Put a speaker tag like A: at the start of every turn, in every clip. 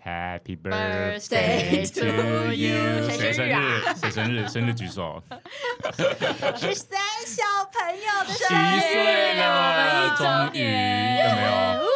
A: ，Happy
B: Birthday
A: birthday
B: to
A: to
B: you
A: you，谁生
B: 生日
A: 日？谁生日？生日举手。
C: 是三小朋友的
A: 七岁了，
B: 我们一周
A: 终于有没有？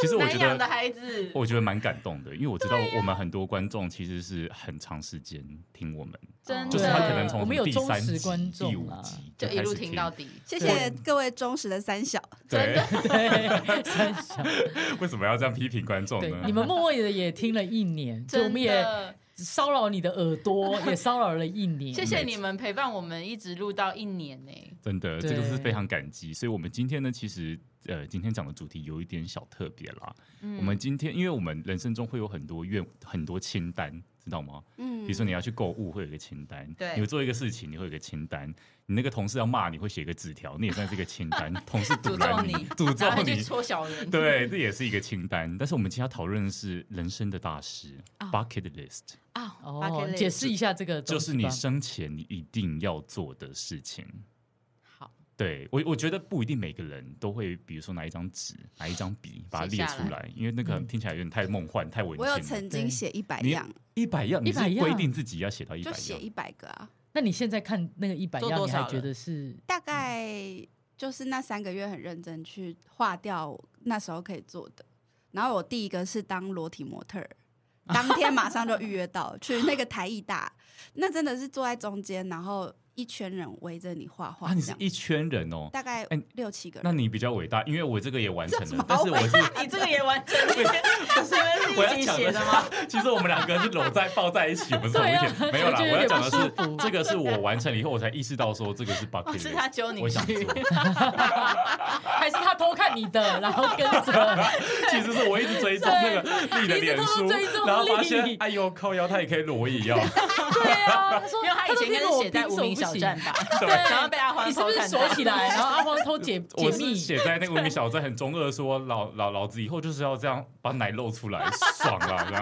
A: 其实我觉
B: 南洋的
A: 得，
B: 孩子，
A: 我觉得蛮感动的，因为我知道我们很多观众其实是很长时间听我们，
B: 真的，
A: 就是他可能从
D: 我们有
A: 第三
D: 忠
A: 集、
D: 实观众
A: 第五
D: 啊
A: 集
B: 啊就一
A: 开
B: 路
A: 始
B: 听到底，
C: 谢谢各位忠实的三小，
A: 对，
D: 对，三小，
A: 为什么要这样批评观众
D: 对，
A: 呢？
D: 你们默默的也听了一年，就我
B: 真
D: 们也
B: 的，
D: 骚扰你的耳朵，也骚扰了一年，
B: 谢谢你们陪伴我们一直录到一年呢。
A: 真的，这
D: 对
A: 个是非常感激。所以，我们今天呢，其实呃，今天讲的主题有一点小特别啦。嗯
B: 嗯
A: 我们今天，因为我们人生中会有很多愿、很多清单，知道吗？
C: 嗯
A: 比如说你要去购物，会有一个清单；
B: 对
A: 你会做一个事情，你会有一个清单；你那个同事要骂你，会写一个纸条，那也算是一个清 单。同事堵拦
B: 诅咒你
A: 诅咒
B: 然后去
A: 你，
B: 戳小人，
A: 对，这也是一个清单。但是我们今天要讨论的是人生的大事、b
B: 哦
A: u c k e t list），
C: 啊
D: 哦，解释一下这个
A: 就
D: 东西
A: 是
D: 吧，
A: 你生前你一定要做的事情。
B: 好，
A: 对我，我觉得不一定每个人都会，比如说拿一张纸、拿一张笔把它
B: 写
A: 列
B: 下
A: 出来，因为那个
D: 嗯
A: 听起来有点太梦幻、太文
C: 我有
A: 青了。
C: 曾经写一百
A: 你
C: 样，
A: 一百样，你是
D: 100样
A: 规定自己要写到一百
C: 就
A: 样，
C: 写一百个啊，
D: 那你现在看那个一百
B: 做
D: 样，
B: 多
D: 你
B: 少
D: 还
B: 了
D: 觉得是
C: 大概就是那三个月很认真去划掉那时候可以做的。然后我第一个是当裸体模特儿，当天马上就预约到去那个台艺大，那真的是坐在中间，然后一圈人围着你画
A: 啊，
C: 画，
A: 你
C: 这
A: 是
C: 样
A: 一圈人哦。
C: 大概
A: 哎
C: 六七个人。
A: 那你比较伟大，因为我这个也完成
C: 这什
A: 了
C: 么，
A: 但是我是
B: 你这个也完成了，但是
A: 我
B: 你
A: 要
B: 自己
A: 讲
B: 写
A: 的
B: 的吗？
A: 是，其实我们两个是搂在抱在一起，不是同一
D: 对啊
A: 天，没有啦。我
D: 我觉得
A: 要
D: 有点
A: 讲的是
D: 不舒服，
A: 这个是我完成了以后，我才意识到说这个是 bucket
B: 哦是他
A: list，
B: 揪你
A: 我想做
B: 去，。
D: 还是他偷看你 的，然后跟着，
A: 其实是我一直追踪那个丽的脸书
D: 一直偷追，踪
A: 然后发现
D: 丽
A: 哎呦靠腰，他也可以裸椅哦。
D: 对啊，他说
B: 因为他以
D: 都
B: 前应
D: 听
B: 该是
D: 着我
B: 写在
D: 凭
B: 无
D: 什么
B: 名
D: 不
B: 小
D: 行
B: 站吧，
A: 对
B: 然后被阿欢
D: 你是不是锁起 来，然后阿荒偷解解
A: 我是
D: 密？
A: 写在那个无名小站很中二，说老老老子以后就是要这样把奶露出来， 爽啦！这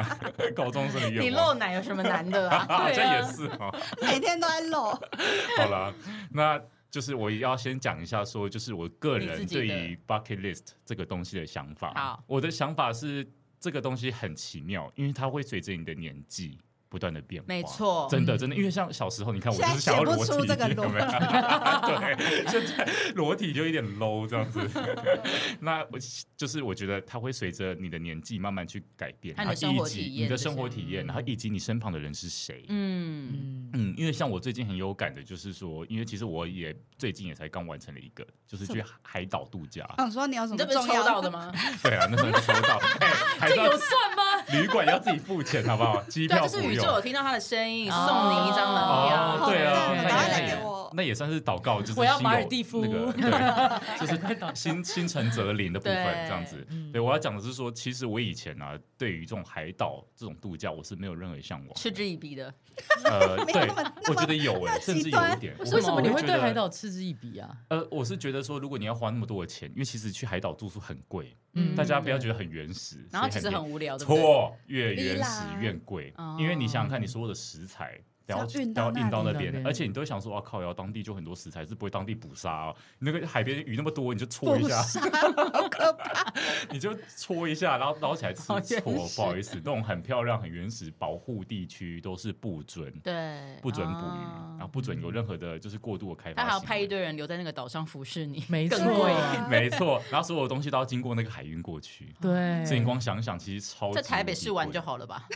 A: 样高中生的
B: 你
A: 愿
B: 露
A: 望，
B: 奶有什么难的 啊？
A: 好
D: 对
A: 像
D: 啊
A: 也是哦。
C: 每天都在露，
A: 好啦，那就是我要先讲一下，说就是我个人
B: 你自己
A: 对
B: 的
A: 于 bucket list 这个东西的想法。
B: 好，
A: 我的想法是这个东西很奇妙，因为它会随着你的年纪不断的变化。
B: 没错
A: 真的真的，因为像小时候，你看我就是想要裸体，
C: 现在写不出这个
A: 有没有 对，现在裸体就有点 low 这样子。 那我就是我觉得它会随着你的年纪慢慢去改变，
B: 看你
A: 然
B: 的生
A: 后
B: 活
A: 以及
B: 体验
A: 你的
B: 这
A: 生活
B: 些
A: 体验，然后以及你身旁的人是谁。
B: 嗯，
D: 嗯，
A: 嗯，因为像我最近很有感的，就是说，因为其实我也最近也才刚完成了一个，就是去海岛度假。
B: 啊
C: 我说你有什么
B: 你这不是
C: 重
B: 抽
C: 要
B: 到的？吗？
A: 对啊，那时候就抽到，哎、 还
D: 这
A: 是
D: 有
A: 要
D: 算吗？
A: 旅馆要自己付钱，好不好？机
B: 对啊，
A: 票
B: 就
A: 不
B: 是宇宙
A: 用。
B: 有听到他的声音，
D: 哦
B: 送你一张门
A: 哦，
B: 票。
A: 对啊
D: 好，赞
A: 那
D: 赶快
A: 也
D: 来
A: 那也
C: 给我
A: 那也算是祷告，就是
D: 我要
A: 心
D: 马
A: 有
D: 尔蒂夫
A: 那 个，对，就是心心诚则灵的部分，
B: 对
A: 这样子。
D: 嗯
A: 对，我要讲的是说，其实我以前啊，对于这种海岛这种度假，我是没有任何向往 的。
B: 嗤之以鼻的，
A: 呃，
C: 没有
A: 对
C: 那么，
A: 我觉得有哎，甚至有一点。
D: 为什么你
A: 我
D: 会
A: 觉
D: 对
A: 得
D: 海岛嗤之以鼻啊？
A: 呃，我是觉得说，如果你要花那么多的钱，因为其实去海岛住宿很贵，
B: 嗯
A: 大家不要觉得很原始，
B: 然后其
A: 所以
B: 实很
A: 便宜
B: 无哦聊，对不对？
A: 错，越原始
C: 啦
A: 越贵
B: 哦，
A: 因为你想想看，你所有的食材。都要
C: 要运
A: 都
C: 到
A: 要运到那
D: 那里
A: 边的，
D: 运到那边
A: 而且你都会想说，哇哦靠，然后当地就很多食材是不会当地捕杀哦。你那个海边鱼那么多，你就搓一
C: 不
A: 下，
C: 杀，好可怕！
A: 你就搓一下，然后捞起来吃
D: 好
A: 搓。
D: 原始
A: 不好意思，那种很漂亮、很原始保护地区都是不准
B: 对，
A: 不准捕鱼，
B: 啊
A: 然后不准有任何的就是过度的开发
B: 他
A: 行为。
B: 还要派一堆人留在那个岛上服侍你，
D: 没错
B: 更贵。
A: 没错，然后所有东西都要经过那个海运过去。
D: 对，
A: 所以你光想想，其实超级
B: 在台北市玩就
A: 好。
B: 好了吧？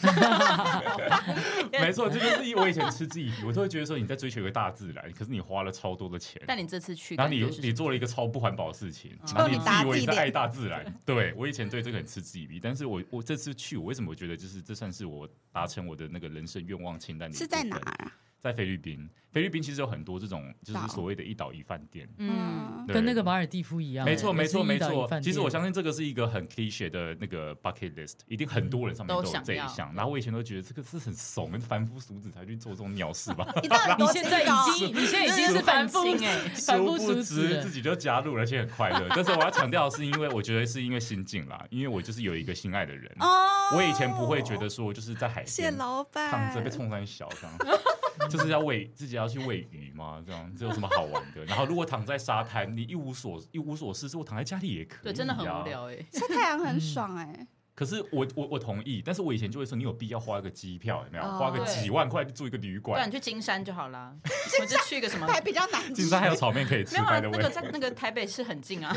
A: 没 错，这就是我以前吃自己，我都会觉得说你在追求一个大自然，可是你花了超多的钱，
B: 但你这次去，
A: 然后你
B: 感觉是
A: 你做了一个超不环保的事情，
B: 嗯
A: 然后你
C: 就
A: 自
C: 哦打
A: 以为你
C: 自己
A: 在
C: 脸
A: 爱大自 然。对我以前对这个很嗤之以鼻，但是我我这次去，我为什么我觉得就是这算是我达成我的那个人生愿望清单里？
C: 是在哪儿？啊？
A: 在菲律宾，菲律宾其实有很多这种就是
C: 岛
A: 所谓的一岛一饭店，
D: 嗯，
C: 嗯，
A: 对
D: 跟那个马尔蒂夫一样，
A: 没错，
D: 也
A: 没
D: 是
A: 错，
D: 一
A: 没
D: 岛一
A: 错
D: 饭。
A: 其实
D: 店
A: 我相信这个是一个很 cliche 的那个 bucket list，一定很多人上面
B: 都
A: 都有
B: 想
A: 这一
B: 要
A: 项。然后我以前都觉得这个是很怂， 凡夫俗子才去做这种鸟事吧。
C: 你到底
D: 你
C: 多
D: 现在
C: 清高啊
D: 已经，你现在已
B: 真
D: 经
B: 的
D: 是欸
B: 是反
D: 凡夫
B: 清哎
D: 凡
A: 殊
D: 夫
A: 不
D: 俗子
A: 知
D: 了
A: 自。己就加入了，而且很快乐。但是我要强调的是，因为我觉得是因为心境啦，因为我就是有一个心爱的人。
C: 哦，
A: 我以前不会觉得说就是在海
C: 谢
A: 边
C: 老板
A: 躺着被冲山小这样，就是要喂自己要去喂鱼吗？这样这有什么好玩的？然后如果躺在沙滩，你一无所一无所事，是我躺在家里也可以、
B: 对，真的很无。聊哎。
C: 晒太阳很爽哎，
A: 可是我我我同意，但是我以前就会说，你有必要花个机票有没有？
C: 哦
A: 花个
B: 对
A: 几万块去住一个旅
B: 不然
A: 馆
B: 你，去金山就好 啦，我就去一个什么。
C: 还比较难吃
A: 金山还有炒面可以吃
B: 没有
A: by
B: 啊，
A: the
B: 那
A: way。
B: 个在那个台北市 很近啊，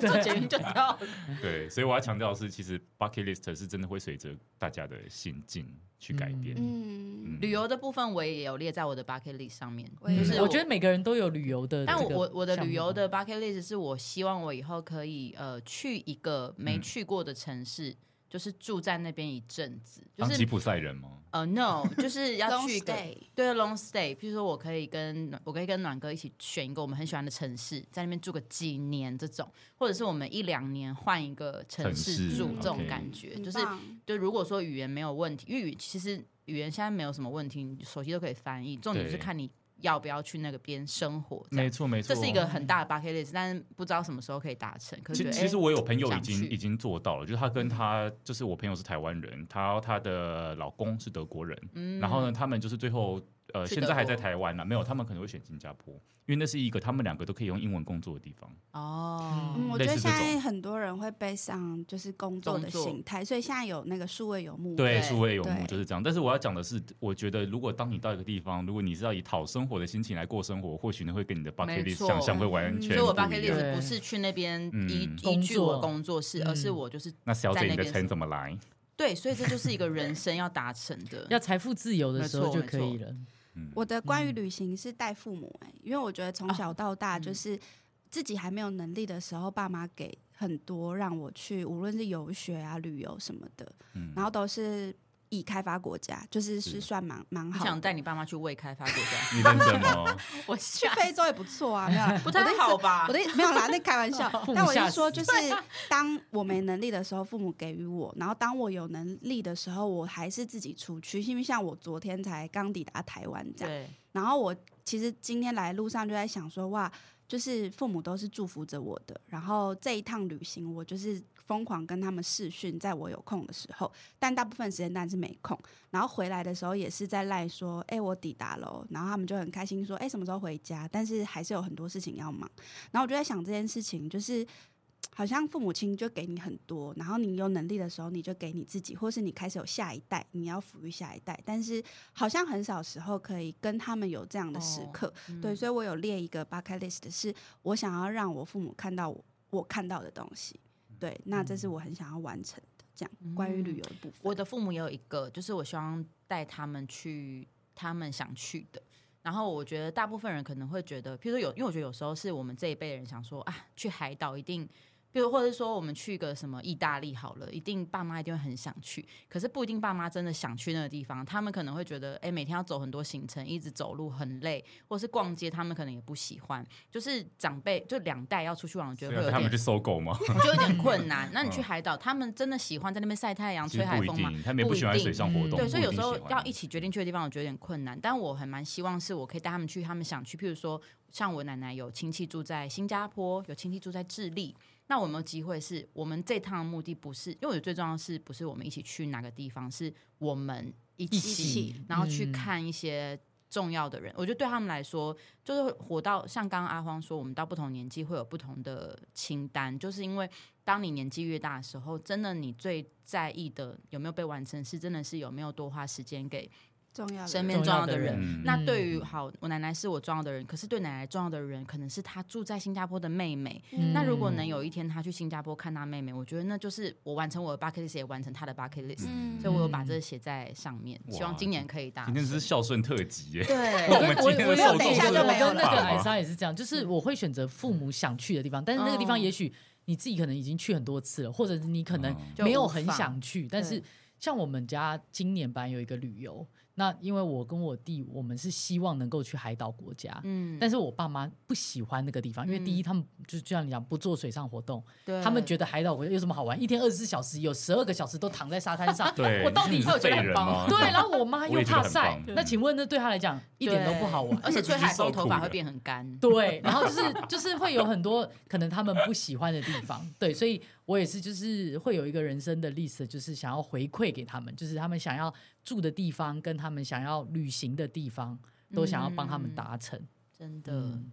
B: 坐捷运就到。
A: 对，所以我要强调的是，其实 bucket list 是真的会随着大家的心境去改变。
C: 嗯，
A: 嗯
B: 旅游的部分我也有列在我的 bucket list 上面，
C: 我也
B: 就是
D: 嗯我觉得每个人都有旅游呃的这
B: 但
D: 个项
B: 我
D: 目，
B: 我我的旅游的 bucket list 是我希望我以后可以呃去一个没
A: 嗯
B: 去过的城市，就是住在那边一阵子，就
A: 当吉
B: 是
A: 普赛人吗？
B: 呃 no，就是要
C: Long
B: 去一个
C: stay
B: 对 long stay，比如说我可以跟我可以跟暖哥一起选一个我们很喜欢的城市，在那边住个几年这种，或者是我们一两年换一个城
A: 城
B: 市
A: 市
B: 住这种
A: OK
B: 感觉，
C: 很
B: 就是
C: 棒
B: 就如果说语言没有问题，因为语其实语言现在没有什么问题，你手机都可以翻译，重点是
A: 对
B: 看你要不要去那个边生活。这样
A: 没错，没错，
B: 这是一个很大的 bucket list，但是不知道什么时候可以达成。可是觉
A: 其
B: 得
A: 其实
B: 哎
A: 我有朋友已
B: 想
A: 经
B: 去嗯
A: 已经做到了，就是她跟她就是我朋友是台湾人，她她的老公是德国人，
B: 嗯
A: 然后呢，他们就是最后呃
B: 去
A: 现
B: 德
A: 在还
B: 国
A: 在台湾呢，没有，他们可能会选新加坡，因为那是一个他们两个都可以用英文工作的地方。
B: 哦，
C: 嗯，我
A: 类
C: 觉得
A: 似
C: 现
A: 这种
C: 在很多人会背上就是工作的
B: 工作
C: 形态，所以现在有那个数位游牧，
A: 对，
B: 对
A: 数位游牧
C: 对
A: 就是这样。但是我要讲的是，我觉得如果当你到一个地方，如果你是要以讨生活的心情来过生活，或许呢会跟你的 bucket
B: 没
A: list
B: 错嗯
A: 想象会完全
B: 所以我
A: 不
B: bucket
A: 一样。
B: list 不是去那边
A: 嗯
B: 依依
D: 工
B: 据我
D: 作
B: 工作室，而是
D: 嗯。
B: 我就是
A: 那小
B: 在
A: 姐，
B: 那
A: 你的
B: 边
A: 钱
B: 生
A: 怎么 来？
B: 对，所以这就是一个人生要达成的
D: 要财富自由的时候
B: 没错
D: 就可以了。
A: 嗯，
C: 我的关于旅行是带父母、哎，因为我觉得从小到大
B: 嗯
C: 就是自己还没有能力的时候，爸妈给很多让我去，无论是游学啊、旅游什么的，
A: 嗯
C: 然后都是已开发国家，就是是
A: 是
C: 算蛮蛮
B: 你
C: 好
B: 想
C: 的。
B: 带你爸妈去未开发国家？
A: 你认真哦 吗？
B: 我
C: 去
B: 去
C: 非洲也不错啊，没有啦
B: 不太
C: 我的意思
B: 好吧
C: 我的意没有啦，那开玩 笑
D: 父母。
C: 但我
D: 吓
C: 是
D: 死
C: 说，就是 当我没能力的时候，父母给予我；然后当我有能力的时候，我还是自己出去。因为像我昨天才刚抵达台湾这样，
B: 对，
C: 然后我其实今天来路上就在想说，哇，就是父母都是祝福着我的。然后这一趟旅行，我就是疯狂跟他们视讯，在我有空的时候，但大部分时间当然是没空。然后回来的时候也是在赖说，哎、我抵达了哦，然后他们就很开心说，哎、什么时候回家？但是还是有很多事情要忙。然后我就在想这件事情，就是。好像父母亲就给你很多，然后你有能力的时候，你就给你自己，或是你开始有下一代，你要抚育下一代。但是好像很少时候可以跟他们有这样的时
B: 哦
C: 刻，
B: 嗯
C: 对，所以我有列一个 bucket list，是我想要让我父母看到我我看到的东西。对，那这是我很想要完成的。这样嗯关于旅游的部分，
B: 我的父母也有一个，就是我希望带他们去他们想去的。然后我觉得大部分人可能会觉得，譬如说有，因为我觉得有时候是我们这一辈人想说啊，去海岛一定，比如或者说我们去个什么意大利好了，一定爸妈一定会很想去。可是不一定爸妈真的想去那个地方，他们可能会觉得，哎，每天要走很多行程，一直走路很累，或是逛街，他们可能也不喜欢。就是长辈就两代要出去玩，我觉
A: 对
B: 得会
A: 啊
B: 有
A: 他
B: 点
A: 们去搜狗吗？
B: 我就有 点困难。那你去
A: 嗯
B: 海岛，他们真的喜欢在那边晒太阳、
A: 其
B: 吹
A: 实
B: 海
A: 不一
B: 风吗？
A: 定，他们也不喜欢水上活动，
B: 嗯
D: 不一定
B: 对，所以有时候
A: 不定喜欢
B: 要一起决定去的地方，我觉得有点困难。但我还蛮希望是我可以带他们去他们想去，譬如说像我奶奶有亲戚住在新加坡，有亲戚住在智利。那我们有机会是我们这趟的目的不是，因为我觉得最重要的是不是我们一起去哪个地方，是我们一起，
D: 一起
B: 然后去
D: 嗯
B: 看一些重要的人。我觉得对他们来说，就是活到像刚刚阿荒说，我们到不同年纪会有不同的清单，就是因为当你年纪越大的时候，真的你最在意的有没有被完成，是真的是有没有多花时间给
C: 重要的
B: 身边重要的人。
A: 嗯
B: 那对于好，我奶奶是我重要的人，可是对奶奶重要的人，可能是她住在新加坡的妹妹。
D: 嗯
B: 那如果能有一天她去新加坡看她妹妹，我觉得那就是我完成我的 bucket list，也完成她的 bucket list。
C: 嗯
B: 所以我有把这写在上面，
A: 哇
B: 希望今年可以达成。
A: 今天是孝顺特辑 耶，
B: 对
C: 哎
A: 我们今天
D: 我
A: 的
D: 没有
A: 受众
C: 等一下
A: 是
C: 就没有
D: 我跟那
A: 爸
D: 个
A: 妈
D: 艾莎也是这样，就是我会选择父母想去的地方，但是那个地方
B: 嗯
D: 也许你自己可能已经去很多次了，或者是你可能
A: 嗯，
D: 没有
B: 就无
D: 很
B: 法
D: 想去，但
B: 对
D: 是像我们家今年班有一个旅游。那因为我跟我弟，我们是希望能够去海岛国家，
B: 嗯
D: 但是我爸妈不喜欢那个地方，因为第一，他们就就像你讲，不做水上活动，
B: 对
D: 他们觉得海岛国家有什么好玩？一天二十四小时，有十二个小时都躺在沙滩上
A: 对
D: 我到底
A: 是废人吗？
D: 对，然后我妈
A: 我
D: 又
A: 也觉得
D: 怕
A: 很
D: 晒
A: 棒，
D: 那请问那对她来讲一点都不好玩
B: 对。而且吹海
A: 受
B: 风
A: 苦
B: 头发
A: 了
B: 会变很干。
D: 对，然后就是就是会有很多可能他们不喜欢的地方，对，所以我也是就是会有一个人生的 list，就是想要回馈给他们，就是他们想要住的地方跟他们想要旅行的地方，都想要帮他们达成。
B: 真的，
D: 嗯，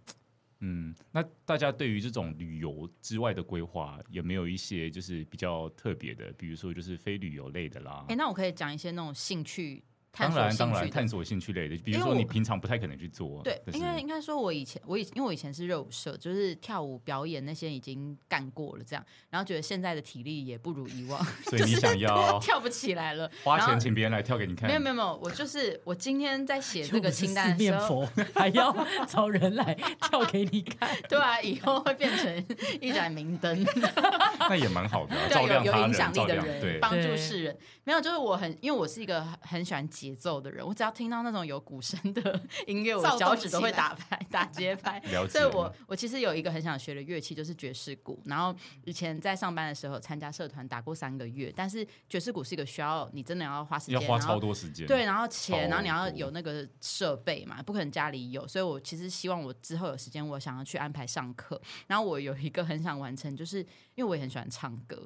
A: 嗯，那大家对于这种旅游之外的规划，有没有一些就是比较特别的？比如说就是非旅游类的啦
B: 哎、，那我可以讲一些那种兴趣探
A: 当
B: 索
A: 然
B: 兴
A: 当
B: 趣
A: 然，
B: 的
A: 探索兴趣类的，比
B: 因
A: 如
B: 为
A: 说你
B: 我
A: 平常不太可能去做，
B: 对，
A: 但是
B: 应该应该说，我以前我以因为我以前是热舞社，就是跳舞表演那些已经干过了，这样，然后觉得现在的体力也不如以往，
A: 所以你想要
B: 跳不起来了。
A: 花
B: 然
A: 钱
B: 后
A: 请别人来跳给你哦看，
B: 没有没有没有，我就是我今天在 写这
D: 就
B: 个
D: 不是
B: 清
D: 嗯四
B: 单的时
D: 面
B: 候，
D: 佛还要找人来跳给你看，
B: 对啊，以后会变成 一盏明灯，
A: 那也蛮好的、啊，照
B: 对，有
A: 亮
B: 有
A: 他
B: 影
A: 人，
B: 响力
A: 照
B: 的
A: 亮对
B: 人，。帮助世人。没有，就是我很，因为我是一个很很喜欢节奏的人，我只要听到那种有鼓声的 音乐，我
C: 躁动
B: 脚趾都会
C: 起来
B: 打拍打节拍。
A: 了解
B: 所以我我其实有一个很想学的乐器就是爵士鼓，然后以前在上班的时候参加社团打过三个月，但是爵士鼓是一个需要你真的要花时间，
A: 要花
B: 然
A: 超
B: 后
A: 多时间，
B: 对，，然后
A: 超
B: 钱，然后你要
A: 多
B: 有那个设备嘛，不可能家里有，所以我其实希望我之后有时间，我想要去安排上课。然后我有一个很想完成，就是因为我也很喜欢唱歌，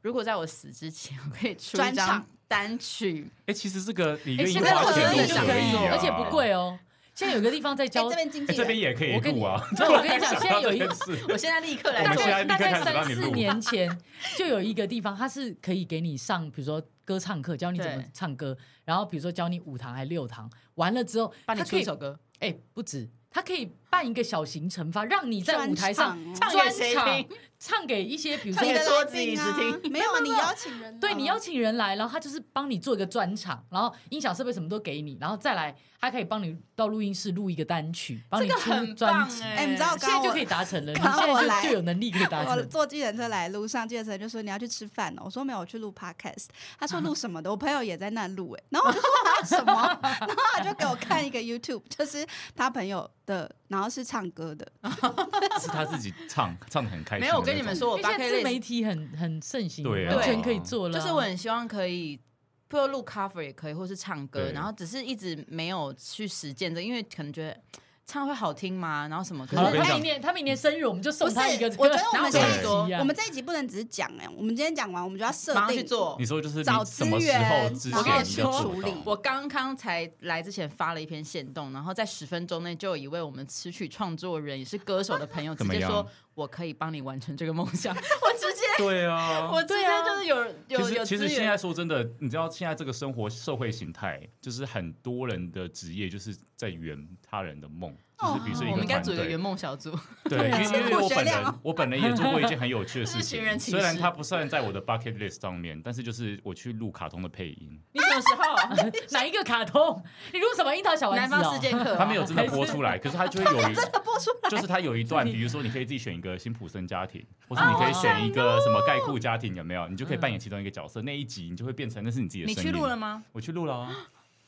B: 如果在我死之前，我可以出一
C: 专
B: 张
C: 场
B: 单曲，
A: 哎、其实这个你愿意
B: 现
D: 现在
B: 在
A: 花
D: 我
B: 我
A: 钱
B: 真
A: 都
B: 的
D: 的
B: 想
A: 可
D: 可
A: 以
D: 以，
A: 啊，
D: 而且不贵哦。现在有个地方在
C: 哎
D: 教，
C: 这边经
A: 哎、
C: 纪
A: 这边
C: 人，
A: 也可以
D: 我跟
A: 录
D: 你
A: 啊，
D: 对，我跟 你讲，现在有一
B: 我现在立刻来
A: 我
D: 大
A: 们现
B: 做。
A: 在
D: 概
A: 立
D: 大
A: 刻开
D: 概
A: 始让
D: 三
A: 你录
D: 四年前就有一个地方，它是可以给你上，比如说歌唱课，教你怎么
B: 对
D: 唱歌，然后比如说教你五堂还六堂，完了之后，
B: 帮你
D: 它
B: 出
D: 可
B: 一
D: 以
B: 首歌，
D: 哎、不止，它可以办一个小型惩罚，让你在舞台上
C: 专
D: 唱
C: 场
B: 哦唱
D: 专
B: 给谁
D: 场
B: 听，
D: 唱给一些比如
C: 唱
D: 说
C: 你。的
B: 桌
C: 来
B: 子椅
C: 宾
B: 子
C: 啊
B: 听，
C: 没有啊，你邀请人啊，
D: 对你邀请人来，然后他就是帮你做一个专场，然后音响设备什么都给你，然后再来，他可以帮你到录音室录一个单曲，帮
B: 这
D: 你
B: 个
D: 出
B: 很
D: 专
B: 棒
D: 辑。
B: 哎、
C: 哎你知道
D: 现在就可以达成了，你现
C: 我
D: 在
C: 来
D: 就就有能力可以达成
C: 我。坐计程车来路上，计程车就说你要去吃饭哦，我说没有，我去录 podcast。他说录什么的，我朋友也在那录哎，然后我就说啊什么，然后他就给我看一个 YouTube，就是他朋友的，然后是唱歌的，
A: 是他自己唱，唱的很开心。
B: 没有，我跟你们，说，我
D: 因为现
B: 八
D: 在
B: K
D: 自媒
B: 类似，
D: 体很很盛行，
A: 对啊
D: 完全可以做了。啊
B: 就是我很希望可以。不如录 cover 也可以，或是唱歌，
A: 对
B: 然后只是一直没有去实践这，因为可能觉得唱会好听吗？然后什么？可哎
D: 好
A: 我
D: 了，
A: 跟你
D: 他
A: 讲
D: 明年他明年生日，我们就送他一个这个。
C: 我觉得我们
D: 这个
A: 现在
D: 专辑啊
C: 我们这一集不能只是讲哎，我们今天讲完，我们就要设
B: 马上
C: 定
B: 去。做
A: 你。说就是你
C: 找
A: 什么时候之
C: 资
A: 前
C: 源
B: 然后
A: 你要
B: 去
A: 做
C: 处
A: 到
C: 理
B: 我刚刚才来之前发了一篇线动，然后在十分钟内就有一位我们词曲创作人也是歌手的朋友直
A: 怎么
B: 接
A: 样
B: 说：“我可以帮你完成这个梦想。”我直接，
A: 对啊，
B: 我直接就是有
A: 其
B: 有有
A: 实其
B: 资
A: 实现
B: 源
A: 在，说真的，你知道现在这个生活社会形态，就是很多人的职业就是在圆他人的梦，就是比如说一
B: 哦我们
A: 个
B: 应该
A: 团
B: 组一个圆
A: 队，
B: 梦小组。
A: 对，因为因为
C: 我
A: 我
C: 学
A: 本
C: 料
A: 人我本人也做过一件很有趣的事
B: 这是寻人
A: 情，
B: 启
A: 虽然
B: 事
A: 它不算在我的 bucket list 上面，但是就是我去录卡通的配音，
D: 你什么时候哪一个卡通？你录什么樱桃小丸
B: 南
D: 子、哦？
B: 方世界 课、
A: 它没有真的播出来，可是它就会 有一。
C: 播出来，
A: 就是它有一段，比如说你可以自己选一个辛普森家庭，或
B: 哦
A: 是你可以选一个什么盖库家庭，有没有？你就可以扮演其中一个角色。那一集你就会变成那是你自己的
B: 嗯你
A: 声音。
B: 去录了吗？
A: 我去录了啊，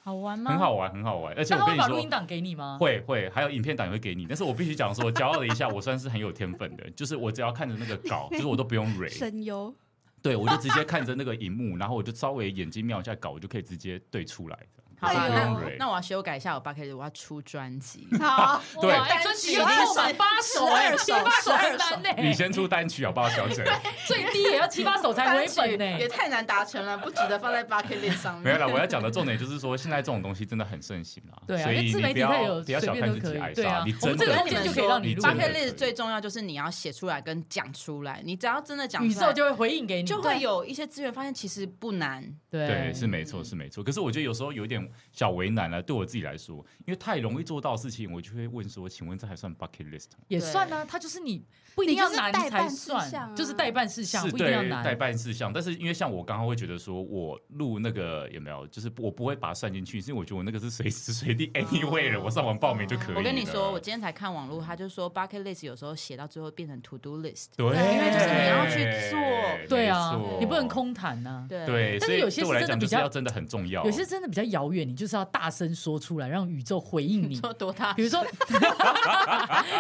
B: 好玩吗？
A: 很好玩，很好玩。而且
D: 那
A: 我
D: 他
A: 跟你
D: 会把录音
A: 说，
D: 档给你吗？
A: 会会，还有影片档也会给你。但是我必须讲说，骄傲了一下，我算是很有天分的， 就是我只要看着那个稿，就是我都 不用蕊，
C: 声优
A: 对我就直接看着那个荧幕，然后我就稍微眼睛瞄一下稿，我就可以直接对出来。
B: 好
A: 我
B: 吧，
A: 就不
C: 哎
A: 用
C: 呦
B: 那
A: 蕊。
B: 那我要修改一下我八 K，我要出专辑。
C: 好，
A: 对
D: 哇哎专辑要凑满八首哎，
C: 十
D: 七
C: 二首
D: 八首
C: 十二
D: 很
C: 首
D: 难呢，
A: 你先出单曲好不好，小 姐？
D: 最低也要七八首才回本呢。
B: 也太难达成了，不值得放在八 K 链上面。
A: 没有啦，我要讲的重点就是说，现在这种东西真的很盛行啊。
D: 对啊
A: 所
D: 因为
A: 以
D: 自
A: 你
D: 媒
A: 不
D: 体太
A: 要
D: 有
A: 不要小
D: 随便
A: 看
D: 都
A: 自
D: 可
A: 己
D: 以
A: 艾
D: 对
A: 莎，
D: 啊
A: 你
D: 我
A: 真
D: 们这
A: 的
D: 个
A: 可
D: 空
A: 以
D: 间就可以让你
A: 录
B: 八
A: 真的
B: K
A: 可以
B: 类最重要就是你要写出来跟讲出来，你只要真的讲出
D: 宇
B: 来，
D: 宙就会回应给你，
B: 就会有一些资源，发现其实不难。
D: 对
A: 对，是没错，是没错。可是我觉得有时候有点小为难了，对我自己来说，因为太容易做到的事情，我就会问说，请问这还算 bucket list 吗？
D: 也算啊，它就是你不一定要难才算，
C: 你
D: 就
C: 就是是
D: 代
C: 代
D: 办事项，
A: 是
D: 不一定要
A: 对代
D: 难。
A: 办事项，但是因为像我刚刚会觉得说，我录那个有没有，就是我不会把它算进去，是因为我觉得我那个是随时随地
D: 哦
A: anyway 了，我上网报名就可以了。
B: 我跟你说，我今天才看网络，他就说 bucket list 有时候写到最后变成 to do list，
A: 对，
C: 因为就是你
B: 要去做
D: 对啊
A: 没错，
D: 你不能空谈呐。
B: 对，
A: 对，所
D: 但是
A: 以
D: 有些
A: 对我
D: 是
A: 来讲
D: 真的比
A: 就是
D: 较
A: 要真的很重要，
D: 有些真的比较遥远愿，你就是要大声说出来，让宇宙回 应你。
B: 说多大？
D: 比如说，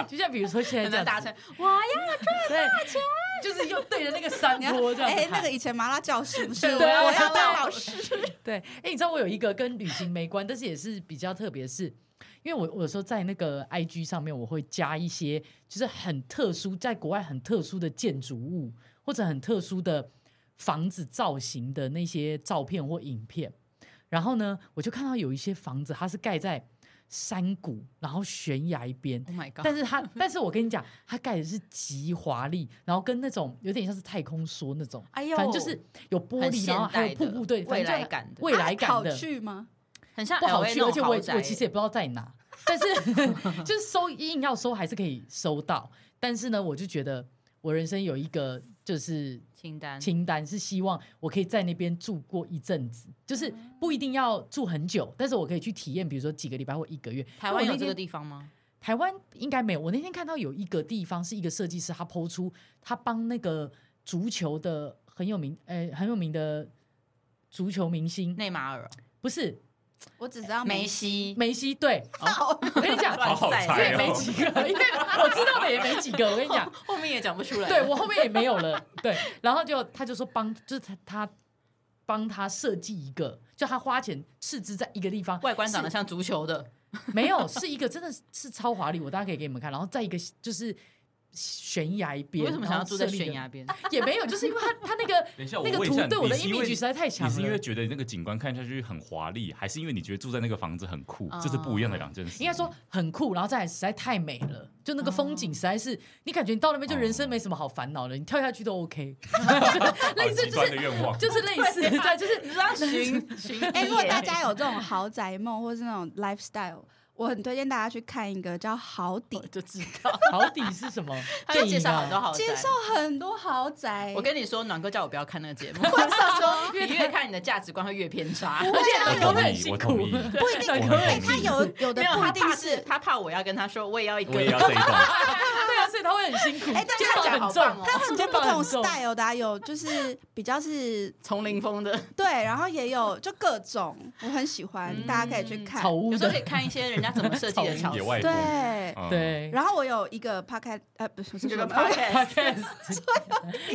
D: 就像比如说现在
B: 很
D: 这样
B: 难
D: 子
B: 达成，哇呀！
D: 对，就是又对着那个山
C: 你要
D: 坡这样子
C: 哎，
D: 喊
C: 那个以前麻辣教师不是我
D: 对啊
C: 我要
D: 我知道
C: 当老师，
D: 对，哎、你知道我有一个跟旅行没关，但是也是比较特别，是因为我我有时候在那个 IG 上面，我会加一些就是很特殊，在国外很特殊的建筑物或者很特殊的房子造型的那些照片或影片。然后呢，我就看到有一些房子，它是盖在山谷，然后悬崖边，
B: Oh my god！
D: 但是它，但是我跟你讲，它盖的是极华丽，然后跟那种有点像是太空梭那种，
B: 哎呦
D: 反正就是有玻
B: 很
D: 璃，
B: 现
D: 然后还有
B: 代
D: 瀑
B: 的
D: 布，对，
B: 未
D: 反正就
B: 来
D: 很
B: 感的
D: 未来感
C: 好
D: 的，
C: 去吗？
B: 很像
D: 不好
B: LA
D: 去，
B: 那
D: 而
B: 种
D: 且我
B: 豪
D: 也
B: 宅
D: 我其实也不知道在哪， 但是就是搜硬要搜还是可以搜到，但是呢，我就觉得我人生有一个就是
B: 清单
D: 清单是希望我可以在那边住过一阵子，就是不一定要住很久，但是我可以去体验，比如说几个礼拜或一个月。
B: 台湾
D: 因为
B: 有
D: 我那
B: 这
D: 天
B: 个地方吗？
D: 台湾应该没有。我那天看到有一个地方是一个设计师，他抛出他帮那个足球的很有名，呃，很有名的足球明星，
B: 内马尔、
D: 不是
C: 我只知道
B: 梅
C: 梅
B: 西，
D: 梅哦 西，对，哦
C: 好
D: 我跟你讲，哎
A: 好好
D: 所
A: 猜
D: 以没
A: 哦，
D: 几个，因为我知道的也没几个。我跟你 讲，
B: 后面也讲不出来。
D: 对我后面也没有了。对，然后就他就说帮，就是他他帮他设计一个，就他花钱斥资在一个地方，
B: 外观长得像足球的，
D: 没有，是一个真的是超华丽，我大家可以给你们看。然后在一个就是悬崖
B: 你
D: 边，
B: 为什么想要住在
D: 然后设立
B: 悬
D: 的？
B: 崖边？
D: 也没有，就是因为他 他那个
A: 等一下，我
D: 那个
A: 问一
D: 图
A: 下，
D: 对我的
A: 你是因
D: image
A: 为
D: 实在太强
A: 你是因为
D: 了。
A: 觉得那个景观看下去很华丽，还是因为你觉得住在那个房子很酷？这是不一样的两件事。
D: 应该说很酷，然后再来实在太美了，就那个风景实在是，你感觉你到那边就人生没什么好烦恼的，你跳下去都 OK，
A: 好
D: 类似
A: 极
D: 就是
A: 端的愿望，
D: 就是类似，对，就是
B: 你知道巡巡
C: 哎、如果 大家有这种豪宅梦或是那种 lifestyle，我很推荐大家去看一个叫豪邸，
B: 就知道，
D: 好底是什么？
B: 他就
D: 电影
B: 介
D: 啊
B: 绍很多豪宅。
C: 介绍很多豪宅。
B: 我跟你说，暖哥叫我不要看那个节目，他说 你越看你的价值观会越偏差。
D: 而
C: 啊
D: 且老
A: 我
D: 公
A: 同
D: 会很
A: 意
D: 辛
A: 我
D: 苦，
A: 同意
D: 不一
A: 我
D: 定
A: 同
C: 哎、
A: 意
C: 他有有的
B: 没有，
C: 不
B: 他
C: 一定
B: 怕
C: 是，
B: 他怕我要跟他说，我也要一
A: 我
B: 个
A: 也。要这一栋。
D: 对啊，所以他会很辛苦。
C: 哎但是
D: 肩膀
B: 看起来好
D: 很重
B: 棒哦，
C: 他很多
D: 肩
C: 不
D: 膀很
C: 同
D: 重
C: style 的啊、有就是比较是
B: 丛林风的，
C: 对，然后也有就各种，我很喜欢，
B: 嗯
C: 大家可以去看
D: 草。屋
B: 有时候
D: 的
B: 可以看一些人家怎么设计的桥
A: 野
B: 段。
A: 外风，
C: 对，
A: 嗯，
D: 对。
C: 然后我有一个 podcast，呃，不是，是
B: 这
C: 什
B: 个
C: 么
B: podcast，
D: podcast，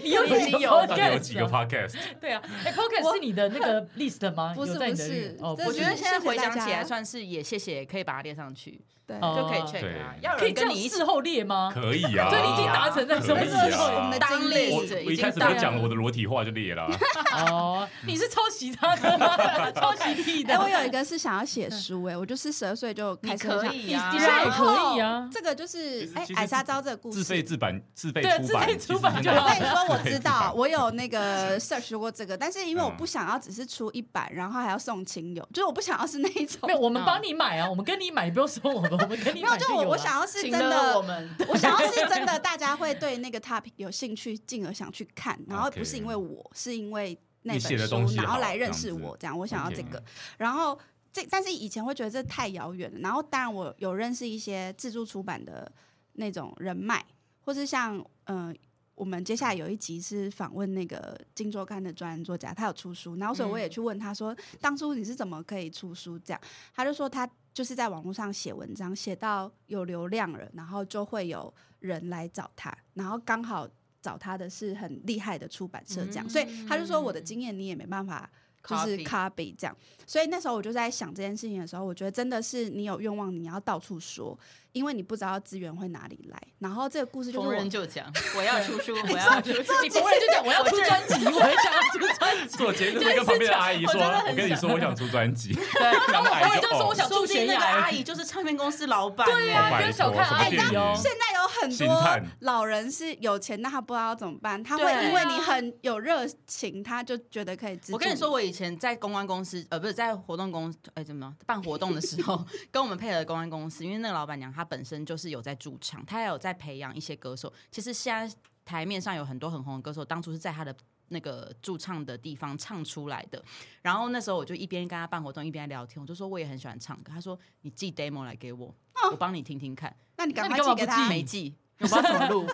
D: 你 又
B: 已经有
A: 到底有几个
D: podcast 了
A: podcast？
D: 对啊，哎，podcast 是你的那个 list 吗？
C: 不是
D: 有在你的
C: 不是
D: list？哦，
C: 这
D: 不
B: 我
D: 是
B: 觉得现在回想
C: 谢
B: 起
C: 谢
B: 来，
C: 大家
B: 算是也谢谢，可以把它列上去，
C: 对，
D: 哦
C: 没
B: 就可以
A: 对
B: check 啊。要有
D: 可以
B: 人
D: 这
B: 跟
D: 样
B: 你一起
D: 事后列吗？
A: 可以 啊，
D: 所以你已经达成在什么
A: 可
C: 哎
A: 以
D: 时
A: 啊
D: 候？
C: 我们的
B: 当
C: 经
A: 我
C: 历
B: 列，
A: 我一开始就讲了我的裸体话就裂了啊，
D: 哦，你是抄袭他的，抄袭屁的
C: 哎、。我有一个是想要写书、
A: 嗯
C: 哎，我就是十二岁就开
B: 你
C: 始很
B: 可
C: 想
B: 以啊，
D: 你
C: 然
D: 现在也
C: 后
D: 可以啊
C: 这个就是
A: 其实
C: 哎
A: 其，实
C: 矮沙招这个故事。
A: 自费自版自费
D: 对
A: 出版，
D: 自费
A: 其实
D: 出版
A: 现
D: 就
A: 在
D: 好
C: 我跟你 说，我
A: 自费嗯
C: 知
A: 出版
C: 道，我有那个 search 过这个，但是因为我不想要只是出一版，然后还要送亲友，就是我不想要是那一种
D: 没，有，我们帮你买啊，我们跟你买，你不用说我们，我们跟
C: 没
D: 你
C: 有，
D: 买
C: 就
D: 有
C: 我
D: 了。
C: 我想要是
B: 请
C: 真
B: 了我
C: 的，
B: 们。
C: 我想要是真的，大家会对那个 topic 有兴趣，进而想去看，然后
A: OK
C: 不是因为我，是因为那
A: 你写的
C: 本
A: 东西
C: 书，然
A: 好
C: 后来认
A: 这
C: 识
A: 样子
C: 我，这样我想要
A: OK
C: 这个，然后。这但是以前会觉得这太遥远了，然后当然我有认识一些自助出版的那种人脉，或是像嗯、呃我们接下来有一集是访问那个《金周刊》的专栏作家，他有出书，然后所以我也去问他说，当初你是怎么可以出书这样？他就说他就是在网络上写文章，写到有流量了，然后就会有人来找他，然后刚好找他的是很厉害的出版社这样，所以他就说我的经验你也没办法。就是
B: 嗯 Copy
C: copy 这样，所以那时候我就在想这件事情的时候，我觉得真的是你有愿望，你要到处说，因为你不知道资源会哪里来。然后这个故事就是
B: 逢
C: 我
B: 人就讲，我要出书，我要出书。
D: 你逢人就讲我要出专辑，我也想要 出专辑。
A: 做节目跟旁边的阿姨
B: 我
A: 说
B: 真的很，
A: 我跟你
B: 想
A: 说我想出专辑，
D: 对，
A: 然后
D: 我
A: 阿姨哦
D: 就 说我想
B: 说
D: 住
B: 不定
D: 悬
B: 那个
D: 崖
B: 阿。姨就是唱片公司老板，
D: 对呀、
A: 好拜
D: 不要小看
A: 托
D: 阿
A: 什
D: 姨
A: 么电
D: 哦
A: 影。
C: 现在有很
A: 心
C: 多
A: 态
C: 老人是有钱，但他不知道怎么办，他会
B: 对啊
C: 因为你很有热情，他就觉得可以资助。
B: 我跟你说，，我以前在公关公司，呃，不是在活动公，哎，怎么样办活动的时候， 跟我们配合的公关公司，因为那个老板娘她本身就是有在驻唱，她也有在培养一些歌手。其实现在台面上有很多很红的歌手，当初是在她的。那个驻唱的地方唱出来的，然后那时候我就一边跟她办活动，一边聊天，我就说我也很喜欢唱歌。她说你寄 demo 来给我，
E: 哦
B: 我帮你听听看。
C: 那你赶
D: 那
E: 啊
C: 快寄
D: 你干嘛
C: 给
D: 不
C: 他
D: 寄。
B: 没寄，我不知道怎么录。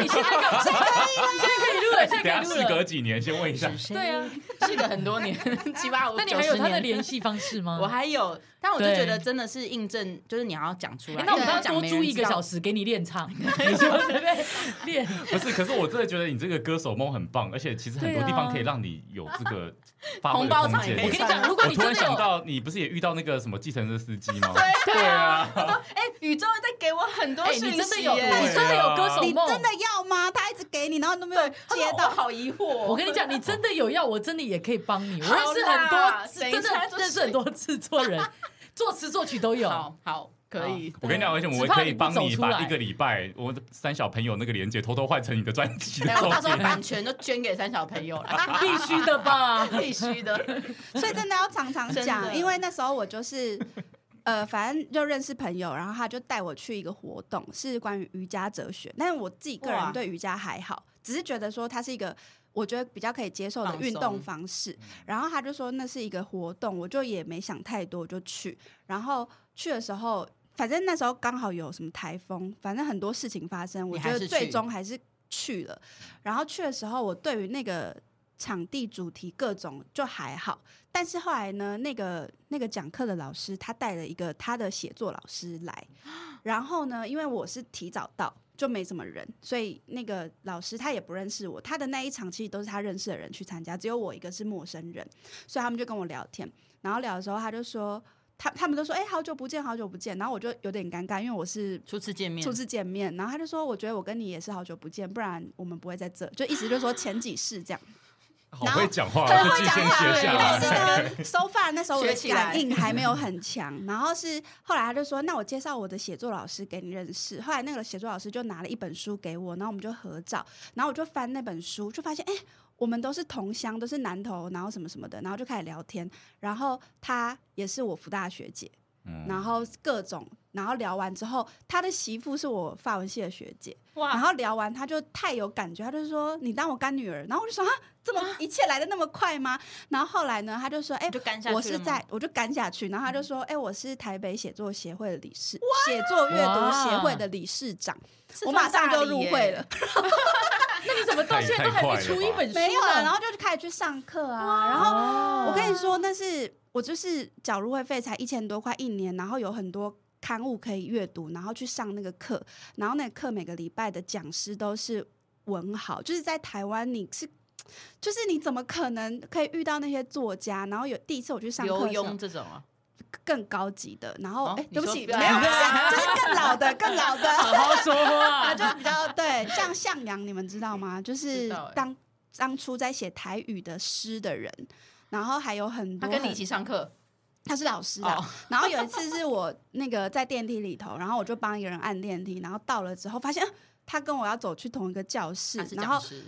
D: 你现在干嘛？现在可以录了，现在
A: 等下
D: 可以
A: 事
D: 录
A: 隔
D: 了。
A: 几年，先问一下，
D: 对啊，
E: 记得很多年， 七八五，
D: 那你还有他的联
E: 系？
D: 系方式吗？
B: 我还有，但我就
D: 嗯对
B: 觉得真的是印证，就是你要讲出来。
D: 哎那我们
B: 因为
D: 要
B: 不讲啊
D: 多
B: 没人
D: 租一个
B: 知道
D: 小时啊给你练唱，你就随便练。
A: 不是，可是我真的觉得你这个歌手梦很棒，而且其实很多地
D: 对
A: 方
D: 啊
A: 可以让你有这个发挥
B: 红
A: 的
B: 包
A: 空
B: 场也
A: 间。
B: 可
D: 我
B: 以
D: 跟你
B: 算
D: 讲，
B: 了
D: 如果
A: 我
D: 你
A: 突然
D: 真的
A: 想
D: 有，
A: 到，你不是也遇到那个什么计程车司机 吗？对啊，
B: 哎、宇宙在给我很多
D: 哎，
B: 讯息耶、
D: 你真的有，
A: 耶
D: 你真的有歌手
C: 你
D: 梦。
C: 真的要吗？他一直给你，然后你都没有接
B: 接到
C: 到。
B: 好疑惑。
D: 我跟你讲，你真的有要，我真的也可以帮你。我
B: 好啦
D: 认识很多，
B: 等一
D: 真
B: 下
D: 的
B: 就
D: 认识很多制作人，作词作曲都有。
B: 好好可以，
A: 我跟你讲，而且我
D: 只
A: 们
D: 怕
A: 可以
D: 你不
A: 帮
D: 走
A: 你
D: 出
A: 把
D: 来
A: 一个礼拜我的三小朋友那个连接偷偷换成你的专辑的
B: 哎，我
A: 作
B: 到时候
A: 品。
B: 版权就捐给三小朋友了，
D: 必须的吧？
B: 必须的。
C: 所以真的要常常
B: 真的
C: 讲，因为那时候我就是。呃，反正就认识朋友，然后他就带我去一个活动，是关于瑜伽哲学。但是我自己个
B: 哇
C: 人对瑜伽还好，只是觉得说它是一个我觉得比较可以接受的
B: 放松嗯
C: 运动方式。然后他就说那是一个活动，我就也没想太多，我就去。然后去的时候，反正那时候刚好有什么台风，反正很多事情发生，我
B: 你
C: 觉
B: 还是
C: 得最
B: 去
C: 终还是去了。然后去的时候，我对于那个场地主题各种就还好。但是后来呢，那个那个讲课的老师他带了一个他的写作老师 来，然后呢，因为我是提早到，就没什么人，所以那个老师他也不认识我。他的那一场其实都是他认识的人去参加，只有我一个是陌生人，所以他们就跟我聊天。然后聊的时候，他就说他他们都说哎、好久不见，好久不见。然后我就有点尴尬，因为我是
B: 初次见面
C: 初，次见面，然后他就说：“我觉得我跟你也是好久不见，不然我们不会在这。”就意思就是说前几世这样。
A: 好会讲
B: 哦
A: 话，
C: 很
A: 这
C: 会
A: 句
C: 讲
A: 先
C: 话，
A: 学下
C: 但
A: 来。
C: 是呢，收发那时候我的
B: 学起来
C: 感应还没有很强。然后是后来他就说：“那我介绍我的写作老师给你认识。”后来那个写作老师就拿了一本书给我，然后我们就合照，然后我就翻那本书，就发现哎、我们都是同乡，都是南投，然后什么什么的，然后就开始聊天。然后她也是我福大学姐，
A: 嗯
C: 然后各种，然后聊完之后，他的媳妇是我法文系的学姐，然
B: 哇，
C: 后聊完他就太有感觉，他就说你当我干女儿，然后我就说啊，这么一切来的那么快吗？然后后来呢，他就说，哎、
B: 就干下去了吗嗯
C: 我是在，我就干下去，然后他就说，哎、我是台北写作协会的理事，写作阅读协会的理事长，
B: 是
C: 我
B: 放
C: 马上
B: 大
C: 就
B: 礼
C: 入
B: 耶
C: 会了，，
D: 那你怎么到现在都还没出一本书啊
C: 没有了，
D: 呢？
C: 然后就开始去上课啊，然后
D: 哦
C: 我跟
B: 嗯
C: 你说，那是我就是缴入会费才一千多块一年，然后有很多刊物可以阅读，然后去上那个课，然后那个课每个礼拜的讲师都是文豪，就是在台湾你是。就是你怎么可能可以遇到那些作家？然后有第一次我去上课
B: 刘
C: 的时候
B: 墉这种啊，
C: 更高级的，然后
B: 哦
C: 哎、
B: 你
C: 对不
B: 说
C: 起，
B: 不
C: 没
B: 要
C: 有，不 是，就是更老的，更老的。
D: 好好说话
C: 啊，，就比较对，像向阳，你们知道吗？就是
B: 知道欸
C: 当、当初在写台语的诗的人，然后还有很
B: 他
C: 多
B: 跟你
C: 很
B: 一起上课，
C: 他是老师啊。
B: 哦，
C: 然后有一次是我那个在电梯里头，然后我就帮一个人按电梯，然后到了之后发现。啊他跟我要走去同一个教室
B: 他是，
C: 然
B: 讲
C: 后
B: 师，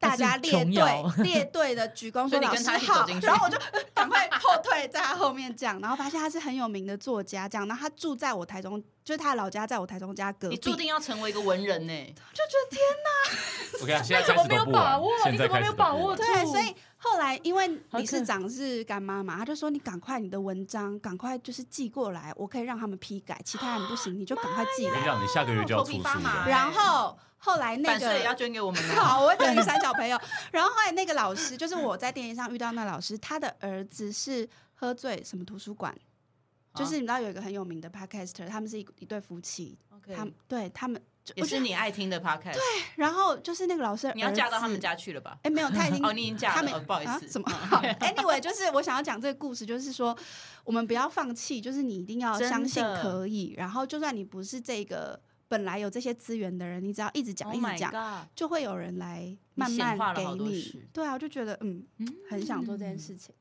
C: 大家列
D: 他是琼 瑶
C: 队列队的鞠躬
B: 所
C: 说
B: 以你
C: 老
B: 跟
C: 师
B: 他一起走
C: 好
B: 进，去
C: 然后我就呃赶快后退在他后面这样，然后发现他是很有名的作家这样，然后他住在我台中，就是他的老家在我台中家隔壁，
B: 你注定要成为一个文人呢。
C: 就觉得天
A: 我跟你讲，啊现
D: 你
A: 在
D: 怎
A: 开
D: 么
A: 始
D: 没有
A: 都不晚
D: 把握
A: 现
D: 你
A: 在
D: 怎么
A: 开
D: 没
A: 始
D: 有
A: 都
D: 把
A: 不
D: 握啊
A: 晚
D: 住
C: 对，
B: 哦
C: 所以后来因为
D: 好
C: 理事
D: 可
C: 长是干妈嘛，他就说你赶快你的文章赶快就是寄过来，我可以让他们批改，其他人不行你就赶快寄
A: 我跟你
C: 来。
A: 讲，你下个月就要出
B: 头皮发
A: 书
B: 麻
D: 啊
A: 了。
C: 然后后来那
B: 版税也要
C: 个。
B: 捐给我们啊，
C: 好，我等于三小朋 友。然后后来那个老师，就是我在电梯上遇到那老师，他的儿子是喝醉什么图书馆，
B: 哦
C: 就是你知道有一个很有名的 podcaster，他们是一一对夫妻，
B: OK，
C: 他们对他们，就
B: 也是你爱 听的 podcast，对，
C: 然后就是那个老师的
B: 你要
C: 儿
B: 嫁到他
C: 子
B: 们，家去了吧？
C: 哎，没有，他已经
B: 哦，你已经嫁
C: 他
B: 了，
C: 们
B: 哦不好意
C: 啊
B: 思，
C: 怎么好？Anyway，就是我想要讲这个故事，就是说我们不要放弃，就是你一定要
B: 真
C: 相信
B: 的
C: 可以。然后，就算你不是这个本来有这些资源的人，你只要一直讲，
B: Oh
C: 一
B: my
C: 直讲，
B: God
C: 就会有人来慢
B: 显化
C: 慢
B: 了
C: 给
B: 好多事
C: 你。对啊，我就觉得嗯，很想做这件事情。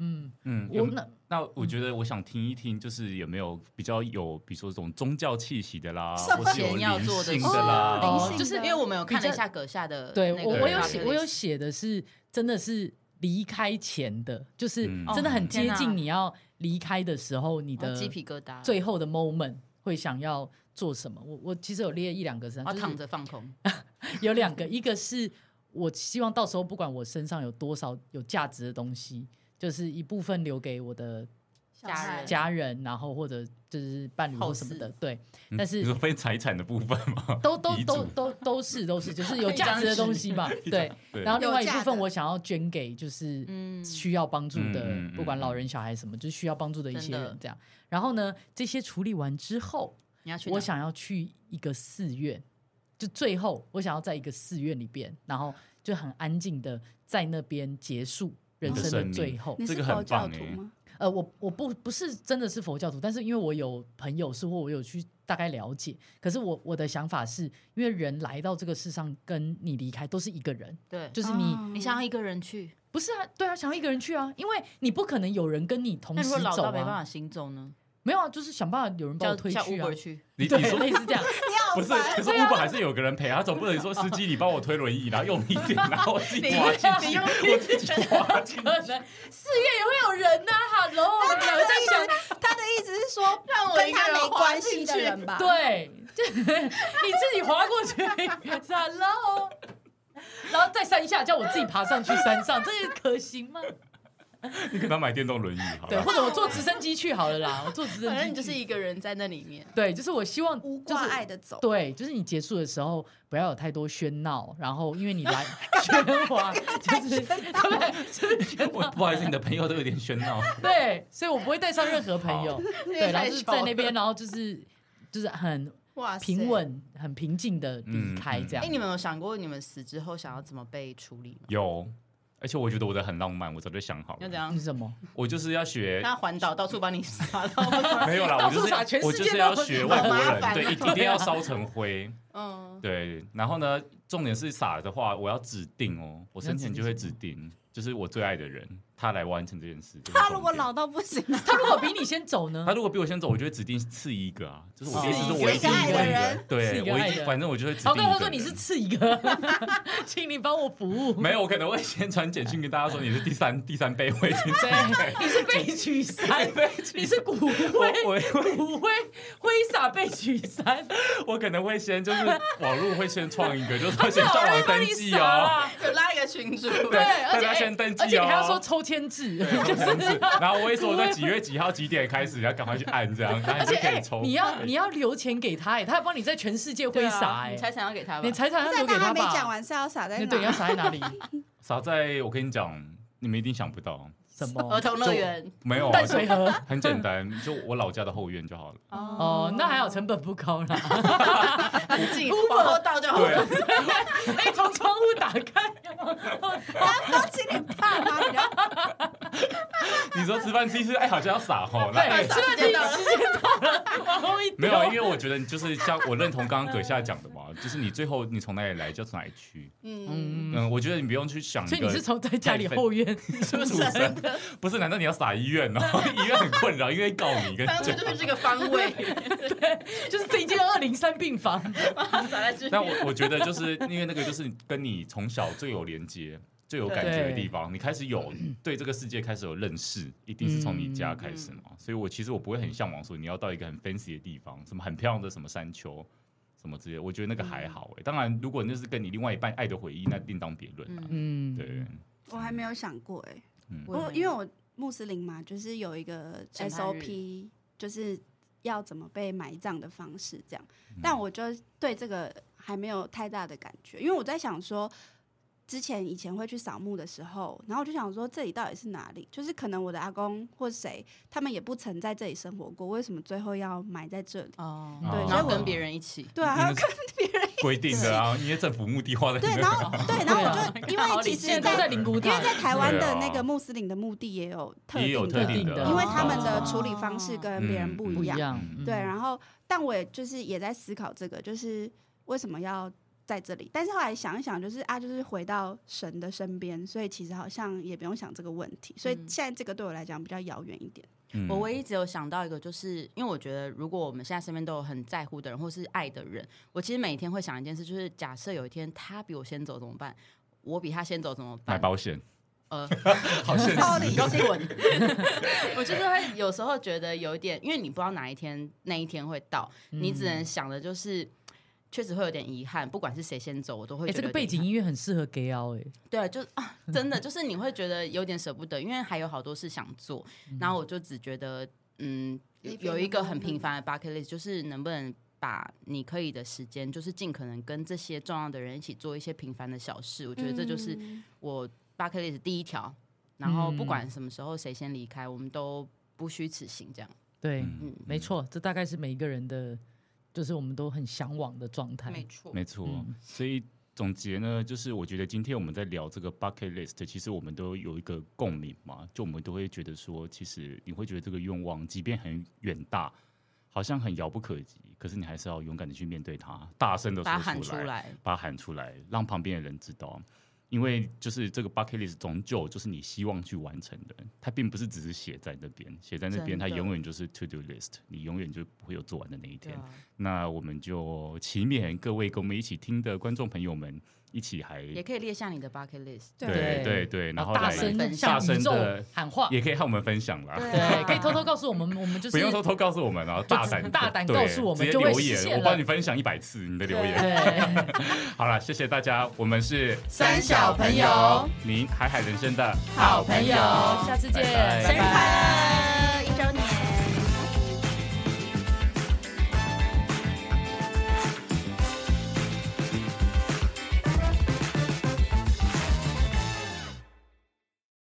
D: 嗯，
A: 嗯，有
D: 我那
A: 那我觉得我想听一听，就是有没有比较有，比如说这种宗教气息的啦，
C: 什么
A: 或是有
B: 前要
A: 灵
B: 做的
A: 性
B: 事
A: 的啦，
D: 哦
C: 灵性
B: 就是因为我们有看了一下阁下的
D: 对
B: 那
D: 我
B: 个
D: 我有
B: bucket
D: 写
B: list
D: 我有写的是真的是离开前的，就是
A: 嗯
D: 真的很接
B: 哦天哪
D: 近你要离开的时候，你
B: 哦
D: 的
B: 鸡皮疙瘩，
D: 最后的 moment 会想要做什么。我我其实有列一两个是，啊
B: 我
D: 就是
B: 哦躺着放空，
D: 有两个，一个是我希望到时候不管我身上有多少有价值的东西，就是一部分留给我的
B: 家人
D: 家人，然后或者就是伴侣或
B: 后
D: 什么
B: 事
D: 的，对，
A: 嗯
D: 但是
A: 你说非财产的部分吗？
D: 都都
A: 遗嘱
D: 都都都是都是，就是有
E: 一张
D: 价值的
E: 纸
D: 东西嘛， 对。
A: 对，
D: 然后另外一
C: 有价
D: 部分，
C: 的
D: 我想要捐给就是
B: 嗯
D: 需要帮助的
A: 嗯嗯嗯，
D: 不管老人、小孩什么，就是需要帮助的一
B: 真
D: 些
B: 的
D: 人这样。然后呢，这些处理完之后，
B: 你要去哪，
D: 我想要去一个寺院，就最后我想要在一个寺院里边，然后就很安静的在那边结束人生的最后
C: 你。
A: 这
C: 是
A: 个
C: 佛
A: 很
C: 教
A: 棒
C: 徒
A: 欸
C: 吗？
D: 呃，我我不不是真的是佛教徒，但是因为我有朋友是或我有去大概了解，可是我我的想法是因为人来到这个世上跟你离开都是一个人，
B: 对，
D: 就是你、
C: 哦
B: 你想要一个人去，
D: 不是啊，对啊，想要一个人去啊，因为你不可能有人跟你同
B: 那如
D: 时
B: 果老
D: 走
B: 到没办
D: 啊，
B: 法行走呢？
D: 没有啊，就是想办法有人把
B: 叫
D: 我推
B: 叫
D: 去啊
B: Uber，去，
A: 你你
D: 对，
A: 说
D: 类似 这样，
A: 不是，可
C: 啊
A: 是 Uber 还是有个人陪，他总不能说司机你帮我推轮椅，然后用力一 点，然后我自己滑进去，我自己滑进
D: 可能四月也会有人呐、哈 h e l l o 我们两个在想，
C: 他的意思是说，
E: 让
C: 跟他没关系的人
E: 啊
C: 吧？，
D: 对，就 你自己滑过去，Hello，然后在山下叫我自己爬上去山上，这个可行吗？
A: 去，你给他买电动轮椅好
D: 对，
A: 了。
D: 或者我坐直升机去好 了啦，我坐直升机去，
E: 反正你就是一个人在那里面，
D: 对，就是我希望
C: 无
D: 就是
C: 挂碍的走。
D: 对，就是你结束的时候不要有太多喧闹，然后因为你 来喧哗，就是
A: 我不好意思，你的朋友都有点喧闹。
D: 对，所以我不会带上任何朋
E: 哦
D: 友，对，然后就是在那边，然后就是就是很
E: 哇塞
D: 平。稳、很平静的离
A: 嗯
D: 开
A: 嗯
D: 这样
B: 哎、。你们有想过你们死之后想要怎么被处理吗？
A: 有，而且我觉得我的很浪漫，我早就想好
B: 要
A: 了
B: 怎，
D: 你
B: 样？
D: 是什么？
A: 我就是要学。
B: 那环岛到处帮你撒到，
A: 没有啦，
D: 到
A: 我
D: 处
A: 就是
D: 撒全
A: 我
D: 世
A: 就
D: 界
A: 是要
D: 都
A: 学
D: 好
A: 外国
E: 麻
A: 人，
E: 烦
A: 对，一一定要烧成灰。
E: 嗯，
A: 对，然后呢，重点是撒的话，我要指定哦，我生前就会指定，就是我最爱的人，他来完成这件事。这是
C: 他如果
A: 重点
C: 老到不行，
D: 他如果比你先走呢
A: 他？如果比我先走，我就会指定次一个啊，就是我的意思是
D: 哦
A: 我一定
C: 是一个爱的人
D: 是
A: 对
D: 一个
A: 我一
D: 爱的人
A: 定，反正我就会指定
D: 好，
A: 一个
D: 哦跟
A: 人。
D: 我说你是次一个， 请你帮我服 务。
A: 没有，我可能会先传简讯跟大家说你是第三第三杯，我已经
D: 对，你是被取 三，你是骨灰，
A: 我我会
D: 骨灰挥洒被取三，
A: 我可能会先就是网络会先创一个，就是说
D: 最
A: 先
D: 啊好
A: 上
D: 人
A: 网
D: 帮
A: 登
D: 你
A: 记
D: 撒
A: 哦，
D: 啦。
E: 有拉一个群主，
D: 对，
A: 大
D: 而且
A: 家
D: 哎
A: 先登记哦
D: 而且你还要说抽签制，就是
A: 然后我会说我在几月几号几点开始，要赶快去按这样，然后你就可以抽。
D: 哎你要你要留钱给他，哎，他还帮你在全世界挥洒，
E: 啊，
D: 哎
E: 你，财产要给他吧
D: 你。财产要
C: 在
D: 留给
C: 他还没
D: 吧。
C: 讲完是要撒在
D: 那对，要
C: 哪？
D: 撒在 哪里？
A: 撒在我跟你讲，你们一定想不到，
D: 什
E: 儿
D: 么？
E: 童乐园，
A: 没有啊
D: 淡，水河？
A: 很简单，就我老家的后院就好了。
B: 嗯
D: 哦，那还好，成本不高 啦。
E: 很近，往后倒
D: 哦
E: 就好了。
A: 对，啊
D: 哎，从窗户打开，
C: 要 请你爸妈比较好。
A: 你说吃饭吃一吃，哎，好像要撒 吼，那
D: 对，吃饭时间到了，往后 一丢
A: 没有，啊因为我觉得你就是像我认同刚刚葛夏讲的嘛， 就是你最后你从哪里来就从哪里去。
E: 嗯，
D: 嗯，
A: 嗯，我觉得你不用去想一
D: 所
A: 个。
D: 以你是从在家里后院，是不
A: 不
D: 是？
A: 是？不是？难道你要撒医院哦？ 医院很困扰，因为告你跟
E: 当初
A: 这
E: 就是这个方 位，
D: 就是这一间二零三病房，
E: 把它撒在这
A: 但
E: 里。
A: 我我觉得就是因为那个就是跟你从小最有连接、最有感觉的地方，你开始有对这个世界开始有认识，一定是从你
D: 嗯
A: 家开始嘛。所以我其实我不会很向往说你要到一个很 fancy 的地方，什么很漂亮的什么山丘。什么之类的，我觉得那个还好
D: 嗯
A: 哎、当然，如果那是跟你另外一半爱的回忆，那另当别论啦。
B: 嗯
D: 嗯，
A: 对，
C: 我还没有想过哎，
A: 嗯，
B: 我也
C: 我
B: 没
C: 因为
B: 有
C: 我穆斯林嘛，就是有一个
B: 审判日
C: SOP，就是要怎么被埋葬的方式这样。
A: 嗯
C: 但我就对这个还没有太大的感觉，因为我在想说，之前以前会去扫墓的时候，然后我就想说这里到底是哪里？就是可能我的阿公或谁，他们也不曾在这里生活过，为什么最后要埋在这里？
B: 哦，
D: 嗯
A: 啊
D: 对
B: 然后跟别人一
A: 嗯
B: 起，
C: 对啊，还有
A: 跟别人规定的啊，因为政府目的画在
C: 对，
A: 那
C: 然
A: 个
C: 后对，然 后我就因
A: 啊
C: 为其
D: 现
C: 实
D: 在都在
C: 在。
D: 灵骨
C: 因
D: 塔
C: 为，在台湾的
A: 对啊
C: 那个穆斯林的墓地也有特
A: 也有特
D: 定
A: 定
D: 的
A: 的，啊
C: 因为他们的
D: 哦
C: 处理方式跟
A: 嗯
C: 别人不
D: 不
C: 一
D: 一
C: 样。
D: 样，
C: 对，然后但我也就是也在思考这个，就是为什么要在这里？但是后来想一想，就是啊，就是回到神的身边，所以其实好像也不用想这个问题。所以
B: 嗯
C: 现在这个对我来讲比较遥远一点。
A: 嗯
B: 我唯一只有想到一个，就是因为我觉得，如果我们现在身边都有很在乎的人或是爱的人，我其实每天会想一件事，就是假设有一天他比我先走怎么办？我比他先走怎么
A: 买
B: 办？
A: 保险，
B: 呃，
A: 好 现实。
C: 道理
E: 不要滚！
B: 我就是会有时候
D: 嗯
B: 觉得有一点，因为你不知道哪一天那一天会到，你只能想的就是。确实会有点遗憾，不管是谁先走，我都会
D: 哎，
B: 觉得
D: 这个
B: 有
D: 背
B: 点遗
D: 景
B: 憾
D: 音乐很适合 gay 凹哎，
B: 对，就啊，真的就是你会觉得有点舍不得，因为还有好多事想做，
D: 嗯
B: 然后我就只觉得，嗯，有
C: Living
B: 有一
C: the
B: 个很平
C: moment
B: 凡的 bucket list，就是能不能把你可以的时间，就是尽可能跟这些重要的人一起做一些平凡的小事，我觉得这就是
C: 嗯
B: 我 bucket list 第一条。然后不
D: 嗯
B: 管什么时候谁先离开，我们都不虚此行，这样。
D: 对，
A: 嗯，
D: 没错，这大概是每一个人的，就是我们都很向往的状态。
E: 没错，
A: 没错。
D: 嗯
A: 所以总结呢，就是我觉得今天我们在聊这个 bucket list，其实我们都有一个共鸣嘛，就我们都会觉得说，其实你会觉得这个愿望，即便很远大，好像很遥不可及，可是你还是要勇敢的去面对它，大声的
B: 把它喊
A: 说
B: 出来，
A: 把它喊出来，让旁边的人知道。因为就是这个 bucket list 终究就是你希望去完成的，它并不是只是写在那边，写在那边
B: 真
A: 它
B: 的
A: 永远就是 to do list，你永远就不会有做完的那一
B: 对
A: 天。
B: 啊，
A: 那我们就祈勉各位跟我们一起听的观众朋友们，一起还
B: 也可以列下你的 bucket list。
C: 对
A: 对对对，然后来
D: 大声
A: 大
D: 向宇
A: 声
D: 宙
A: 的，
D: 喊话，
A: 也可以和我们分享啦。
D: 对，可以偷偷告诉我们，我们就是
A: 不用偷偷告诉我们啊，大胆
D: 大胆
A: 对
D: 告诉我们
A: 直接
D: 就会
A: 留
D: 实
A: 言，
D: 现
A: 我帮
D: 了
A: 你分享一百次你的留言。
D: 对，
A: 好了，谢谢大家，我们是
E: 三小朋友，
A: 您海海人生的
E: 好朋友
D: 下次见，
A: 拜拜
D: 拜拜。